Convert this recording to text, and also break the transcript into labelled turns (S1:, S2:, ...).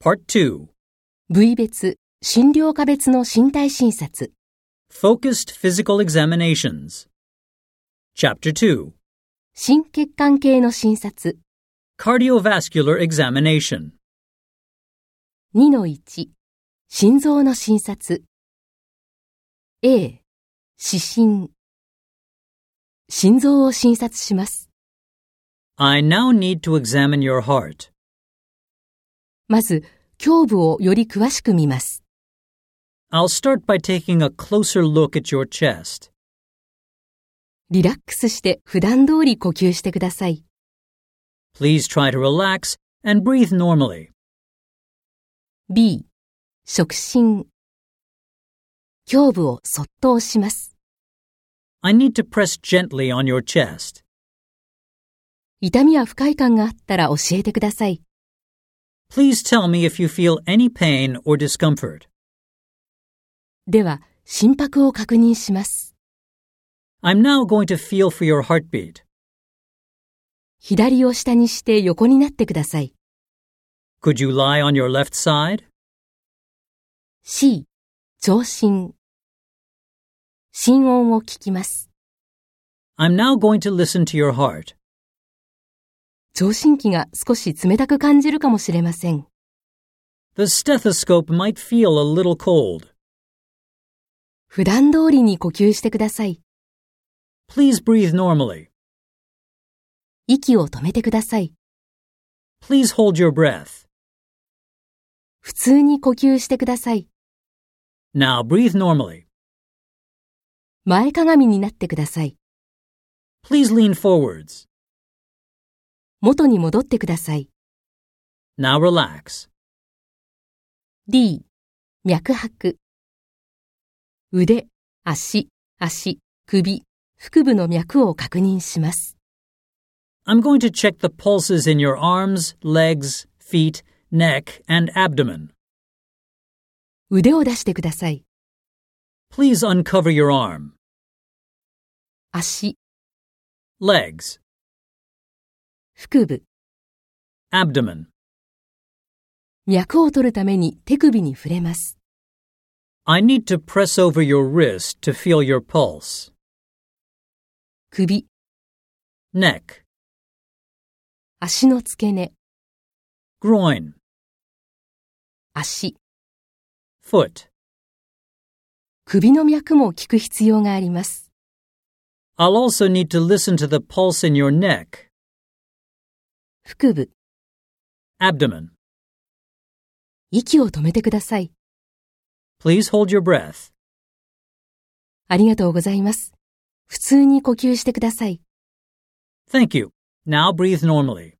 S1: Part 2
S2: 部位別、診療科別の身体診察。
S1: Focused Physical Examinations. Chapter 2
S2: 心血管系の診察。
S1: Cardiovascular Examination.
S2: 2-1、心臓の診察。A、指針。心臓を診察します。
S1: I now need to examine your heart.
S2: まず、胸部をより詳しく見ます。
S1: I'll start by taking a closer look at your chest.
S2: リラックスして普段通り呼吸してください。
S1: Please try to relax and breathe normally.
S2: B、触診。胸部をそっと押します。
S1: I need to press gently on your chest.
S2: 痛みや不快感があったら教えてください。
S1: Please tell me if you feel any pain or discomfort.
S2: では、心拍を確認します。
S1: I'm now going to feel for your heartbeat.
S2: 左を下にして横になってください。
S1: Could you lie on your left side?
S2: C、聴診。心音を聞きます。
S1: I'm now going to listen to your heart.
S2: 聴診器が少し冷たく感じるかもしれません。
S1: The stethoscope might feel a little cold.
S2: 普段通りに呼吸してください。
S1: Please breathe normally.
S2: 息を止めてください。
S1: Please hold your breath.
S2: 普通に呼吸してください。
S1: Now breathe normally.
S2: 前かがみになってください。
S1: Please lean forwards.
S2: 元に戻ってください。
S1: Now relax.
S2: D、脈拍。腕、足、足、首、腹部の脈を確認します。
S1: I'm going to check the pulses in your arms, legs, feet, neck, and abdomen.
S2: 腕を出してください。
S1: Please uncover your arm.
S2: 足、
S1: Legs.
S2: 腹部、
S1: Abdomen.
S2: 脈を取るために手首に触れます。
S1: I need to press over your wrist to feel your pulse.
S2: 首、
S1: Neck.
S2: 足の付け根、
S1: Groin.
S2: 足、
S1: Foot.
S2: 首の脈も聞く必要があります。
S1: I'll also need to listen to the pulse in your neck,
S2: 腹部、
S1: abdomen.
S2: 息を止めてください。
S1: Please hold your breath.
S2: ありがとうございます。普通に呼吸してください。
S1: Thank you. Now breathe normally.